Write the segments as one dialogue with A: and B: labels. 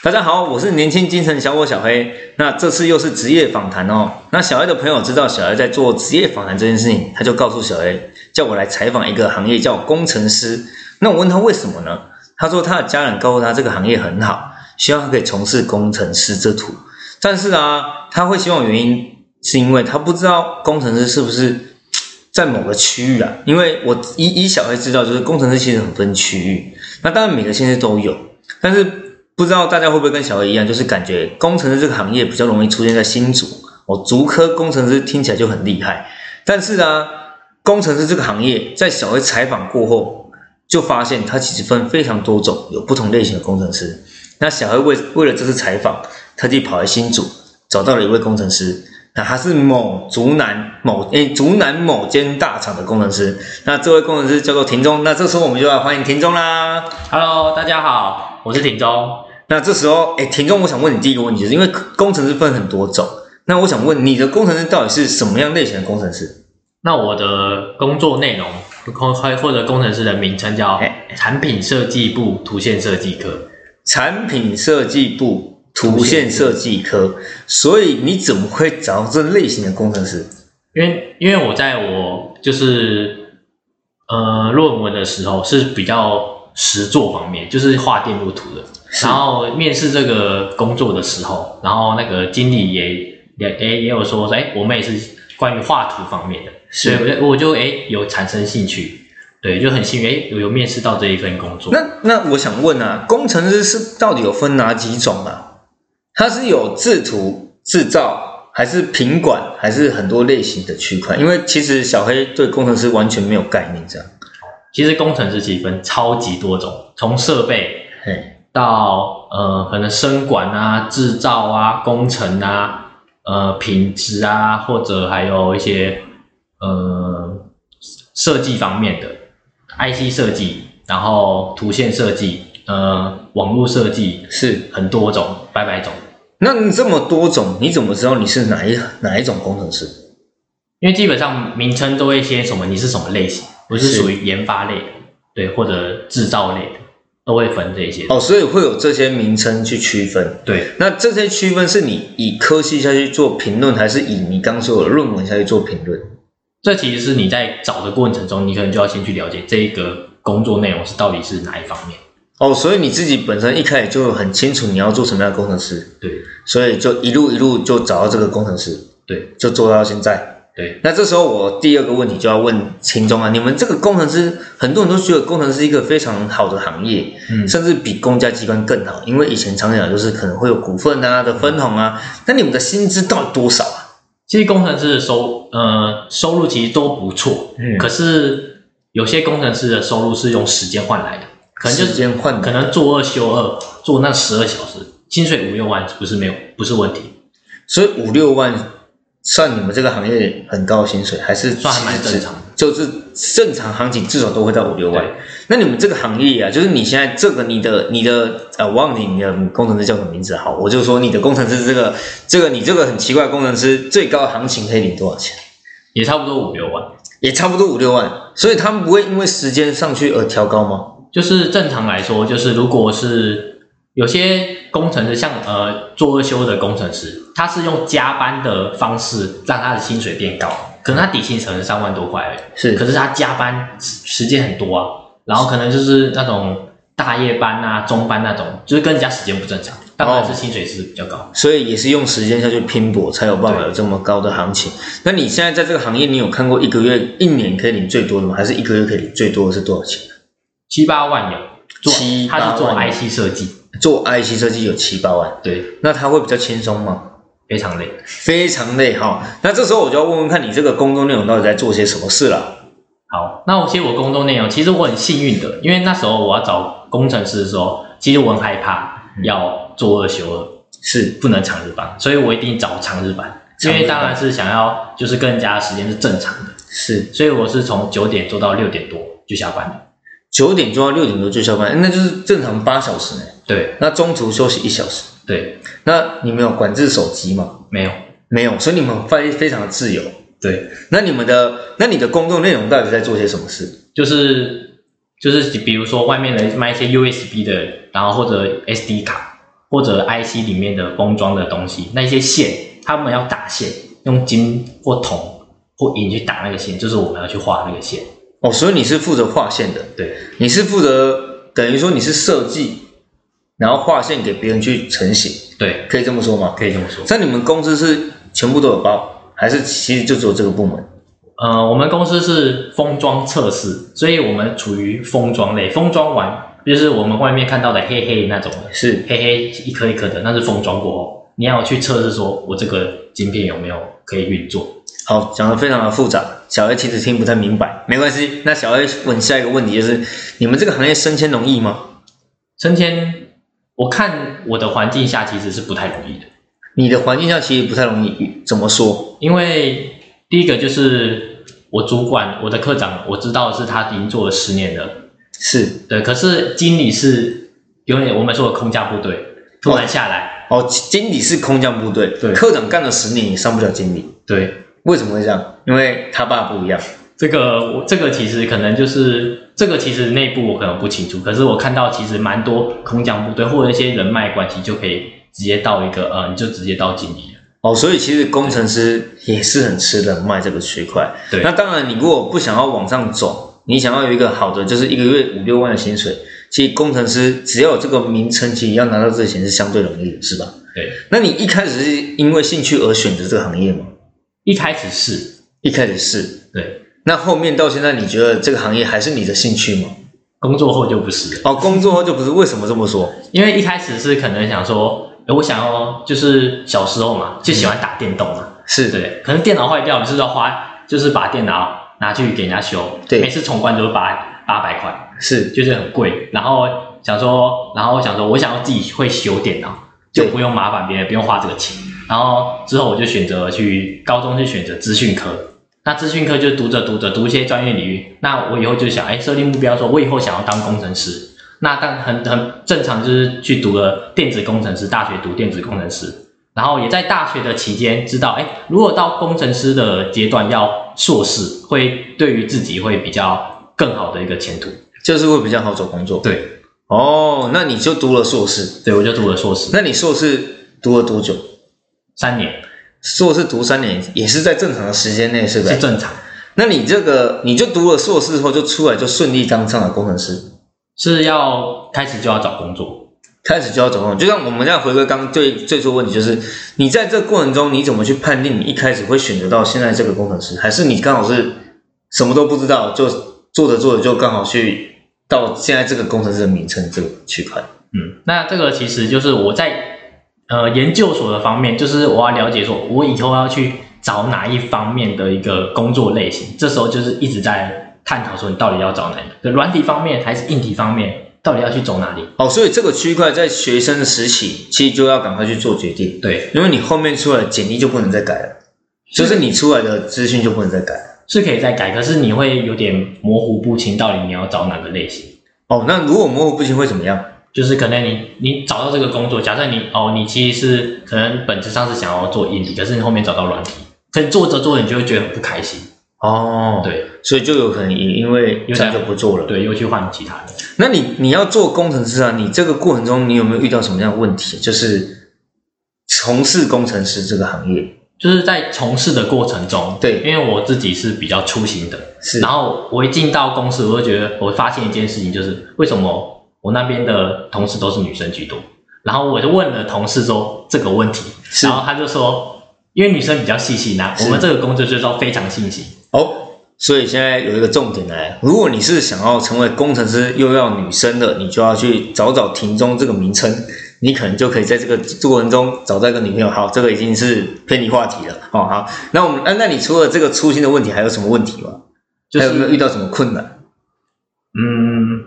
A: 大家好，我是年轻精神小伙小黑。那这次又是职业访谈哦。那小黑的朋友知道小黑在做职业访谈这件事情，他就告诉小黑，叫我来采访一个行业叫工程师。那我问他为什么呢？他说他的家人告诉他这个行业很好，希望他可以从事工程师这途。但是啊，他会希望原因是因为他不知道工程师是不是在某个区域啊。因为我以以小黑知道，就是工程师其实很分区域，那当然每个县市都有，但是。不知道大家会不会跟小黑一样，就是感觉工程师这个行业比较容易出现在新竹。哦，竹科工程师听起来就很厉害，但是啊，工程师这个行业在小黑采访过后，就发现它其实分非常多种，有不同类型的工程师。那小黑为为了这次采访，特地跑来新竹，找到了一位工程师。那他是某竹南某诶竹南某间大厂的工程师。那这位工程师叫做田中。那这时候我们就要欢迎田中啦。
B: Hello，大家好，我是挺中。
A: 那这时候，哎，田中，我想问你第一个问题，就是因为工程师分很多种，那我想问你的工程师到底是什么样类型的工程师？
B: 那我的工作内容，工或者工程师的名称叫
A: 哎
B: 产品设计部图线设计科。
A: 产品设计部图线设计科，所以你怎么会找到这类型的工程师？
B: 因为因为我在我就是呃论文的时候是比较实作方面，就是画电路图的。
A: 是
B: 然后面试这个工作的时候，然后那个经理也也也也有说，哎，我们也是关于画图方面的，所以我就我就哎有产生兴趣，对，就很幸运，哎，有有面试到这一份工作。
A: 那那我想问啊，工程师是到底有分哪几种啊？它是有制图、制造，还是品管，还是很多类型的区块？因为其实小黑对工程师完全没有概念，这样。
B: 其实工程师其实分超级多种，从设备
A: 嘿，
B: 到呃可能生管啊、制造啊、工程啊、呃品质啊，或者还有一些呃设计方面的 IC 设计，然后图线设计，呃网络设计，
A: 是。
B: 很多种，百百种。
A: 那你这么多种，你怎么知道你是哪一哪一种工程师？
B: 因为基本上名称都会写什么，你是什么类型，我是
A: 是
B: 属于研发类的，对，或者制造类的，都会分这些。
A: 哦，所以会有这些名称去区分。
B: 对，
A: 那这些区分是你以科系下去做评论，还是以你刚说的论文下去做评论？
B: 这其实是你在找的过程中，你可能就要先去了解这一个工作内容是到底是哪一方面。
A: 哦，所以你自己本身一开始就很清楚你要做什么样的工程师，
B: 对
A: 所以就一路一路就找到这个工程师，
B: 对
A: 就做到现在。
B: 对，
A: 那这时候我第二个问题就要问秦中啊，你们这个工程师，很多人都觉得工程师一个非常好的行业，
B: 嗯
A: 甚至比公家机关更好，因为以前常讲就是可能会有股份啊的分红啊，那你们的薪资到底多少啊？
B: 其实工程师的收呃收入其实都不错，
A: 嗯
B: 可是有些工程师的收入是用时间换来的，可能就
A: 时
B: 是
A: 间换
B: 可
A: 的，
B: 能做二休二，做那十二小时，薪水五六万不是没有不是问题，
A: 所以五六万算你们这个行业很高的薪水，还是
B: 算还蛮
A: 其实
B: 正常的
A: 就是正常行情至少都会到五六万
B: 对。
A: 那你们这个行业啊，就是你现在这个你的你的呃，忘记你的工程师叫什么名字好，我就说你的工程师这个这个你这个很奇怪的工程师最高行情可以领多少钱？
B: 也差不多五六万。
A: 也差不多五六万，所以他们不会因为时间上去而调高吗？
B: 就是正常来说，就是如果是有些工程师，像呃做二休的工程师，他是用加班的方式让他的薪水变高，可能他底薪可能三万多块而已，可
A: 是
B: 是他加班时时间很多啊，然后可能就是那种大夜班啊、中班那种，就是跟人家时间不正常，当然是薪水是比较高。
A: 所以也是用时间下去拼搏，才有办法
B: 对
A: 有这么高的行情。那你现在在这个行业，你有看过一个月、一年可以领最多的吗？还是一个月可以领最多的是多少钱？
B: 七八万有做
A: 七，八
B: 他是做
A: 万
B: IC 设计，
A: 做 IC 设计有七八万，
B: 对，
A: 那他会比较轻松吗？
B: 非常累。
A: 非常累哈。那这时候我就要问问看你这个工作内容到底在做些什么事了。
B: 好，那我其实我工作内容，其实我很幸运的，因为那时候我要找工程师的时候，其实我很害怕
A: 嗯
B: 要做二休二，
A: 是
B: 不能长日班，所以我一定找长日班，
A: 长日班
B: 因为当然是想要就是跟人家的时间是正常的，
A: 是，
B: 所以我是从九点做到六点多就下班了。
A: 九点做到六点多就下班，那就是正常八小时呢。
B: 对
A: 那中途休息一小时。
B: 对，
A: 那你们有管制手机吗？
B: 没有
A: 没有，所以你们非非常的自由。
B: 对，
A: 那你们的那你的工作内容到底在做些什么事？
B: 就是就是比如说外面的卖一些 USB 的，然后或者 SD 卡，或者 IC 里面的封装的东西，那些线他们要打线，用金或铜或银去打那个线，就是我们要去画那个线。
A: 哦，所以你是负责画线的，
B: 对
A: 你是负责等于说你是设计，然后画线给别人去成型，
B: 对，
A: 可以这么说吗？
B: 可以这么说。
A: 在你们公司是全部都有包，还是其实就只有这个部门？
B: 呃，我们公司是封装测试，所以我们处于封装类。封装完就是我们外面看到的黑黑那种的，
A: 是
B: 黑黑一颗一颗的，那是封装过后，你要去测试说我这个晶片有没有可以运作。
A: 好，讲的非常的复杂，小 A 其实听不太明白，没关系。那小 A 问下一个问题就是，你们这个行业升迁容易吗？
B: 升迁，我看我的环境下其实是不太容易的，
A: 你的环境下其实不太容易，怎么说？
B: 因为第一个就是我主管，我的科长，我知道是他已经做了十年了，
A: 是
B: 对，可是经理是有点我们说的空降部队，突然下来，
A: 哦，经理是空降部队，
B: 对
A: 科长干了十年也上不了经理，
B: 对，
A: 为什么会这样？因为他爸不一样。
B: 这个我这个其实可能就是这个其实内部我可能不清楚，可是我看到其实蛮多空降部队或者一些人脉关系就可以直接到一个呃，你就直接到经理了。
A: 哦，所以其实工程师也是很吃人脉这个区块。
B: 对
A: 那当然，你如果不想要往上走，你想要有一个好的，就是一个月五六万的薪水，其实工程师只要有这个名称，其实要拿到这个钱是相对容易的，是吧？
B: 对，
A: 那你一开始是因为兴趣而选择这个行业吗？
B: 一开始是
A: 一开始是，
B: 对，
A: 那后面到现在，你觉得这个行业还是你的兴趣吗？
B: 工作后就不是了，
A: 哦，工作后就不是，为什么这么说？
B: 因为一开始是可能想说，诶我想要就是小时候嘛就喜欢打电动嘛，
A: 是的，
B: 对，可能电脑坏掉，你是要花就是把电脑拿去给人家修，
A: 对
B: 每次重灌都是八八百块，
A: 是
B: 就是很贵，然后想说，然后想说，我想要自己会修电脑，
A: 对
B: 就不用麻烦别人，不用花这个钱。然后之后我就选择去高中去选择资讯科，那资讯科就读着读着读一些专业领域，那我以后就想，哎，设定目标说，我以后想要当工程师。那但很很正常，就是去读了电子工程师，大学读电子工程师，然后也在大学的期间知道，哎，如果到工程师的阶段要硕士，会对于自己会比较更好的一个前途。
A: 就是会比较好找工作。，
B: 对，
A: 哦，那你就读了硕士，
B: 对，我就读了硕士
A: 那你硕士读了多久？
B: 三年，
A: 硕士读三年也是在正常的时间内，是不
B: 是
A: 是？
B: 正常，
A: 那你这个你就读了硕士后就出来就顺利当上了工程师，
B: 是要开始就要找工作。
A: 开始就要走工作。就像我们这样回归刚最最初的问题，就是你在这过程中你怎么去判定你一开始会选择到现在这个工程师，还是你刚好是什么都不知道，就做着做着就刚好去到现在这个工程师的名称这个区块？
B: 嗯，那这个其实就是我在呃研究所的方面，就是我要了解说，我以后要去找哪一方面的一个工作类型。这时候就是一直在探讨说，你到底要找哪一个软体方面还是硬体方面，到底要去走哪里？
A: 哦，所以这个区块在学生的时期，其实就要赶快去做决定，
B: 对，
A: 因为你后面出来简历就不能再改了，就是你出来的资讯就不能再改了。
B: 是可以再改，可是你会有点模糊不清，到底你要找哪个类型。
A: 哦，那如果模糊不清会怎么样？
B: 就是可能你你找到这个工作，假设你哦，你其实是可能本质上是想要做硬体，可是你后面找到软体，可是做着做着你就会觉得很不开心，
A: 哦，，
B: 对
A: 所以就有可能也因为
B: 有
A: 这样
B: 点
A: 就不做了。，
B: 对，又去换其他的。
A: 那你你要做工程师啊，你这个过程中你有没有遇到什么样的问题？就是从事工程师这个行业，
B: 就是在从事的过程中，
A: 对
B: 因为我自己是比较粗心的，
A: 是
B: 然后我一进到公司，我就觉得我发现一件事情，就是为什么我那边的同事都是女生居多，然后我就问了同事说这个问题，
A: 是
B: 然后他就说，因为女生比较细心啊，
A: 是
B: 我们这个工作就叫非常细心，
A: 哦。所以现在有一个重点来了，如果你是想要成为工程师又要女生的，你就要去找找庭中这个名称，你可能就可以在这个过程中找到一个女朋友。好，这个已经是偏离话题了。哦，好，那我们，那、那你除了这个粗心的问题，还有什么问题吗？
B: 就
A: 还有没有
B: 是
A: 遇到什么困难？
B: 嗯，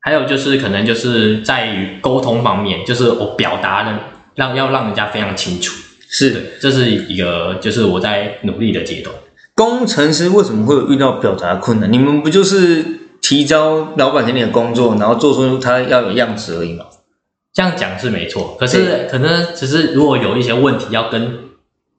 B: 还有就是可能就是在于沟通方面，就是我表达的让要让人家非常清楚，
A: 是
B: 对，这是一个就是我在努力的阶段。
A: 工程师为什么会有遇到表达困难？你们不就是提交老板给你的工作，然后做出他要有样子而已吗？
B: 这样讲是没错，可
A: 对
B: 是可能只是如果有一些问题要跟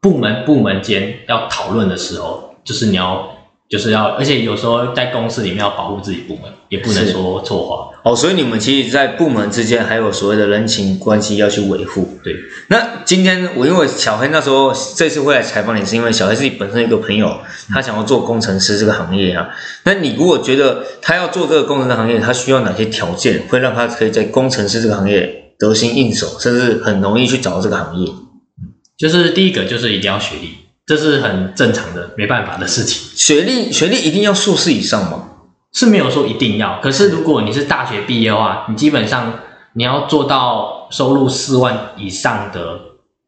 B: 部门部门间要讨论的时候，就是你要就是要，而且有时候在公司里面要保护自己部门，也不能
A: 是
B: 说错话。
A: 哦，所以你们其实，在部门之间还有所谓的人情关系要去维护。
B: 对，
A: 那今天我因为小黑那时候这次会来采访你，是因为小黑自己本身有一个朋友，他想要做工程师这个行业啊。那你如果觉得他要做这个工程师行业，他需要哪些条件，会让他可以在工程师这个行业得心应手，甚至很容易去找到这个行业？
B: 就是第一个就是一定要学历，这是很正常的，没办法的事情，
A: 学历学历一定要硕士以上吗？
B: 是没有说一定要。可是如果你是大学毕业的话，你基本上你要做到收入四万以上的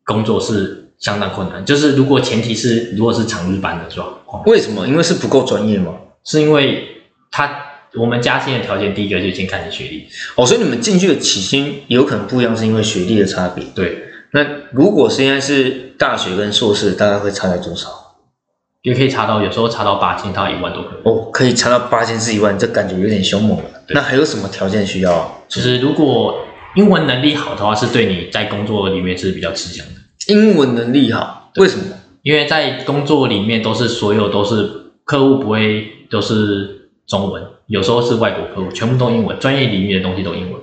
B: 工作是相当困难。就是如果前提是如果是长日班的状况，
A: 为什么？因为是不够专业吗？
B: 是因为他我们加薪的条件第一个就先看你学历，
A: 哦，所以你们进去的起薪有可能不一样，是因为学历的差别。
B: 对，
A: 那如果是应该是大学跟硕士，大概会差在多少？
B: 也可以查到有时候查到八千，查到一万多可以。
A: 哦，可以差到八千至一万，这感觉有点凶猛了。
B: 对
A: 那还有什么条件需要啊？
B: 就是如果英文能力好的话，是对你在工作里面是比较吃香的。
A: 英文能力好，为什么？
B: 因为在工作里面都是所有都是客户不会都是中文，有时候是外国客户，全部都英文，专业里面的东西都英文。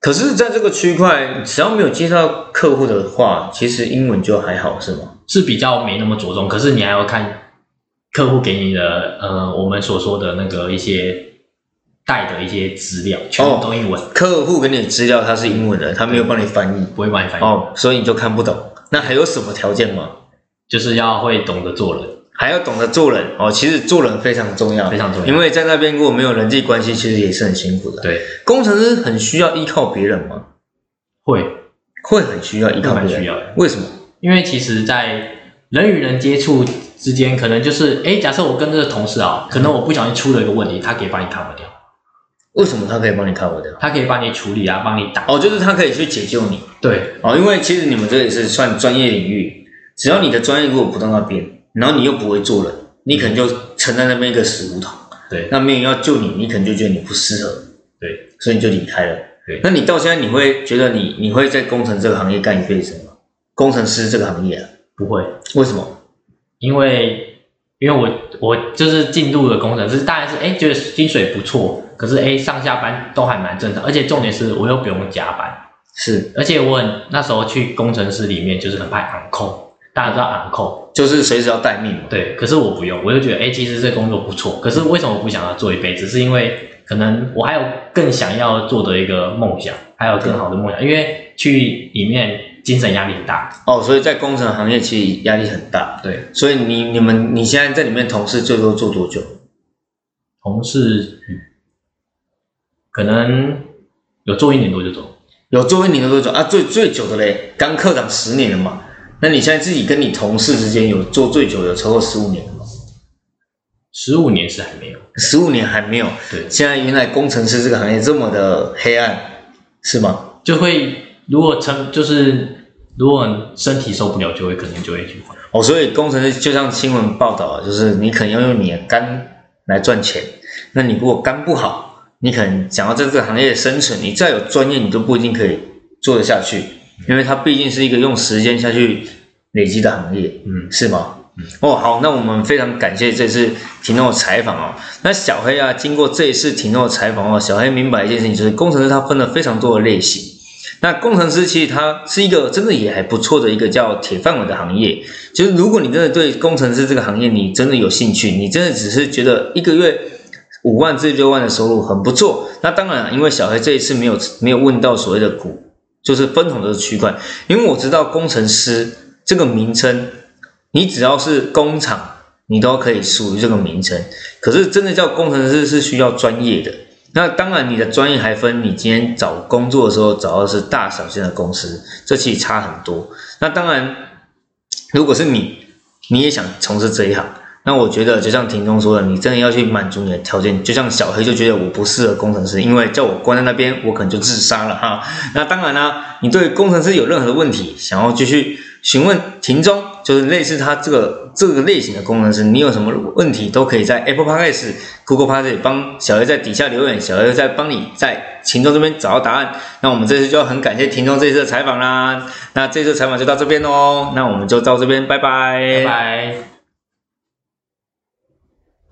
A: 可是，在这个区块，只要没有接触到客户的话，其实英文就还好，是吗？
B: 是比较没那么着重，可是你还要看客户给你的呃，我们所说的那个一些带的一些资料，全
A: 哦
B: 部都英文，
A: 客户给你的资料他是英文的，他没有帮你翻译
B: 不会帮你翻译，
A: 哦，所以你就看不懂。那还有什么条件吗？
B: 就是要会懂得做人。
A: 还要懂得做人哦，其实做人非常重要，
B: 非常重要
A: 因为在那边如果没有人际关系，其实也是很辛苦的。，
B: 对，
A: 工程师很需要依靠别人吗？
B: 会，
A: 会很需要依靠
B: 会
A: 别
B: 蛮
A: 人，
B: 需要的
A: 为什么？
B: 因为其实，在人与人接触之间，可能就是，哎，假设我跟这个同事啊，可能我不小心出了一个问题，他可以帮你 cover 掉。
A: 为什么他可以帮你 cover 掉？
B: 他可以帮你处理啊，帮你打。
A: 哦，就是他可以去解救你
B: 对
A: 哦，因为其实你们这也是算专业领域，只要你的专业如果不到那边，然后你又不会做人，你可能就承担那边一个死胡同，
B: 对
A: 那没有人要救你，你可能就觉得你不适合，
B: 对，
A: 所以你就离开了。
B: 对
A: 那你到现在你会觉得你你会在工程这个行业干一辈子吗？工程师这个行业、啊，
B: 不会，
A: 为什么？
B: 因为因为我我就是进入了工程师，当然是哎觉得薪水不错，可是哎上下班都还蛮正常，而且重点是我又不用加班，
A: 是
B: 而且我很那时候去工程师里面就是很怕 on call，大家知道 on call
A: 就是随时要待命嘛。
B: 对，可是我不用，我就觉得哎其实这工作不错，可是为什么我不想要做一辈子？是因为可能我还有更想要做的一个梦想，还有更好的梦想，因为去里面精神压力很大，
A: 哦，所以在工程行业其实压力很大。
B: 对。
A: 所以你你们你现在在里面同事最多做多久？
B: 同事嗯可能有做一年多就走，
A: 有做一年多久啊？最最久的嘞，刚科长十年了嘛。那你现在自己跟你同事之间有做最久有超过十五年了吗？
B: 十五年是还没有。
A: 十五年还没有。
B: 对，
A: 现在原来工程师这个行业这么的黑暗，是吗？
B: 就会如果成就是如果身体受不了，就会可能就会去换。
A: 哦，所以工程师就像新闻报道，就是你可能要用你的肝来赚钱。那你如果肝不好，你可能想要在这个行业生存，你再有专业，你都不一定可以做得下去，因为它毕竟是一个用时间下去累积的行业，
B: 嗯
A: 是吗？哦，好，那我们非常感谢这次婷诺的采访哦。那小黑啊，经过这一次婷诺的采访哦，小黑明白一件事情，就是工程师他分了非常多的类型。那工程师其实它是一个真的也还不错的一个叫铁饭碗的行业，就是如果你真的对工程师这个行业你真的有兴趣，你真的只是觉得一个月五万至六万的收入很不错，那当然、啊，因为小黑这一次没有没有问到所谓的股，就是分红的区块，因为我知道工程师这个名称，你只要是工厂，你都可以属于这个名称。可是真的叫工程师是需要专业的。那当然，你的专业还分你今天找工作的时候找的是大小型的公司，这其实差很多。那当然，如果是你，你也想从事这一行，那我觉得就像庭中说的，你真的要去满足你的条件。就像小黑就觉得我不适合工程师，因为叫我关在那边，我可能就自杀了哈。那当然啦、你对工程师有任何的问题，想要继续询问庭中，就是类似他这个这个类型的工程师，你有什么问题都可以在 Apple Podcast、Google Podcast 帮小黑在底下留言，小黑再帮你在庭中这边找到答案。那我们这次就要很感谢庭中这次的采访啦。那这次采访就到这边喽，那我们就到这边，拜拜
B: 拜拜。